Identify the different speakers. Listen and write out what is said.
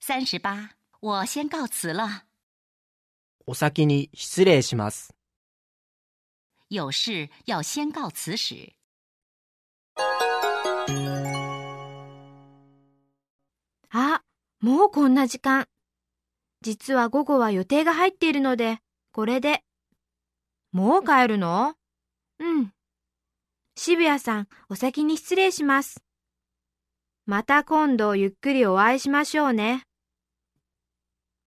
Speaker 1: 三十八，我先告辞了，
Speaker 2: お先に失礼します。
Speaker 1: 有事要先告辞时。
Speaker 3: あ、もうこんな時間。実は午後は予定が入っているので、これで。もう帰るのうん。渋谷さん、お先に失礼します。また今度ゆっくりお会いしましょうね。